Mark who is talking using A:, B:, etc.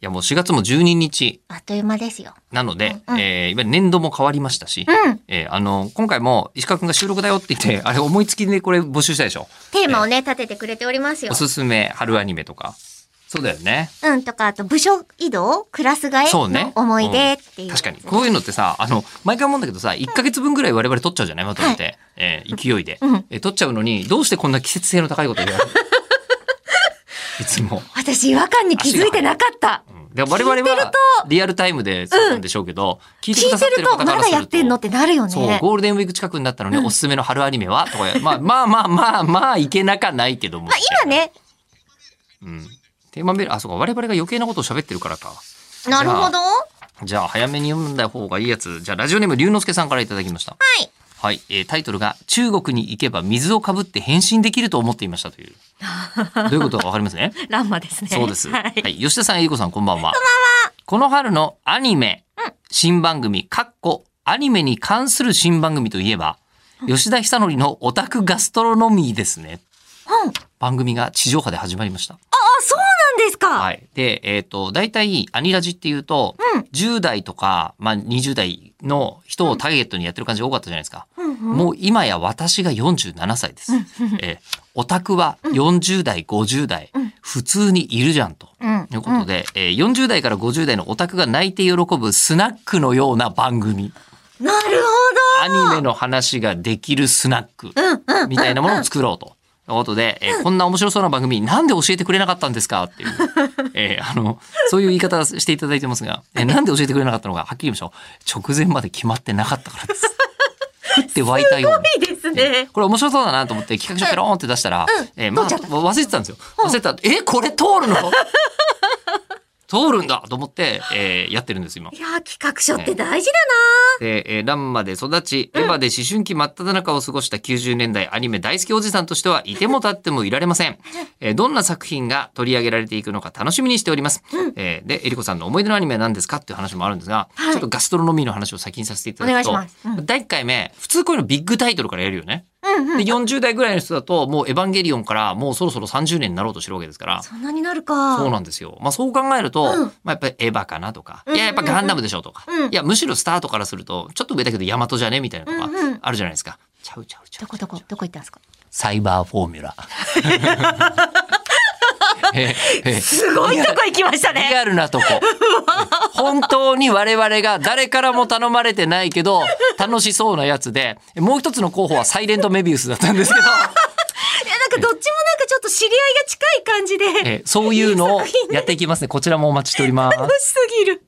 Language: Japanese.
A: やもう4月も12日
B: あっという間ですよ。
A: なので、
B: うんうん
A: えーいわゆる年度も変わりましたし、
B: うん。
A: えーあの、今回も石川くんが収録だよって言 って、あれ思いつきでこれ募集したでしょ
B: テーマをね、立ててくれておりますよ
A: お。すすめ春アニメとか。そうだよね。
B: うん、とか、あと、部署移動クラス替え
A: そうね
B: の思い出っていう。
A: 確かに。こういうのってさ、あの、毎回思うんだけどさ、1ヶ月分ぐらい我々取っちゃうじゃないまとめて。えー勢いで、
B: うん
A: えー取っちゃうのに、どうしてこんな季節性の高いことをやるいつも。
B: 私、違和感に気づいてなかった。
A: で我々
B: 聞いてる
A: はリアルタイムでそうなんでしょうけど、聞いて
B: 聞
A: くだ
B: い
A: さってて
B: る
A: る方
B: と、
A: か
B: ま
A: ら
B: だ
A: す
B: や
A: る
B: っ
A: と
B: てんのってなるよね。
A: そうゴールデンウィーク近くになったのに、おすすめの春アニメはとか、まあ、まあまあまあまあいけなかないけども
B: まあ、今ね、
A: うん、テーマメールあそうか我々が余計なことを喋ってるからか
B: なるほど。
A: じゃあ早めに読んだ方がいいやつじゃあラジオネーム龍之介さんからいただきました
B: はい。
A: はい、えータイトルが「中国に行けば水をかぶって変身できると思っていました」 というどういうことかわかりますね
B: ランマですね。
A: そうです。
B: は。
A: はいい、吉田さん、えいこさん、こんばんは。この春のアニメ、新番組、かっこ、アニメに関する新番組といえば、吉田久典のオタクガストロノミーですね。
B: うん、あ、
A: 番組が地上波で始まりました。
B: そうなんですか。
A: はい。で、えっ、と、大体、アニラジっていうと、
B: うん
A: 10代とか、まあ、20代の人をターゲットにやってる感じが多かったじゃないですか。
B: うんうん
A: もう今や私が47歳です。えーオタクは40代、50代、普通にいるじゃんと。
B: うん
A: ということで、えー40代から50代のオタクが泣いて喜ぶスナックのような番組。
B: なる
A: アニメの話ができるスナック。
B: ほど。うんうん。
A: みたいなものを作ろうと。ということで、えーこんな面白そうな番組、なんで教えてくれなかったんですか っていう、えーあの、そういう言い方をしていただいてますが、えーなんで教えてくれなかったのか、はっきり言いましょう。直前まで決まってなかったから です。降って湧いたように。
B: いいですね。
A: これ面白そうだなと思って企画書ペローンって出したら、
B: うん
A: えーまあ、
B: 通っちゃっ
A: 忘れてたんですよ。忘れてた。え、これ通るの通るんだと思って、えーやってるんです、今
B: い。やー、企画書って大事だ
A: で、えー、ランマで育ち、エヴァで思春期真っ只中を過ごした90年代アニメ大好きおじさんとしてはいても立ってもいられません。えーどんな作品が取り上げられていくのか楽しみにしております。えーで、エリコさんの思い出のアニメは何ですかっていう話もあるんですが、
B: はい
A: ちょっとガストロノミーの話を先にさせていただくと、
B: お願いしますう
A: 第1回目、普通こういうのビッグタイトルからやるよね。
B: な。うんうん。
A: で、40代ぐらいの人だと、もうエヴァンゲリオンからもうそろそろ30年になろうとしてるわけですから、
B: そんなになるか。
A: そうなんですよ。まあそう考えると、
B: うん
A: まあやっぱりエヴァかなとか、
B: うんうん
A: いややっぱガンダムでしょうとか、い
B: うん
A: やむしろスタートからするとちょっと上だけどヤマトじゃねみたいなの
B: うんうん
A: があるじゃないですか。ちゃうちゃうちゃ
B: ど
A: う。
B: こどこ、どこ行ったんですか
A: サイバーフォーミュ ラ。ええ
B: すごいとこ行きました
A: リ。アルなと こ。本当に我々が誰からも頼まれてないけど、楽しそうなやつで、もう一つの候補はサイレントメビウスだったんですけ ど。
B: いや、なんかどっちもなんかちょっと知り合いが近い感じで、
A: えーそういうのをやっていきますね。こちらもお待ちしております。
B: 楽しすぎる。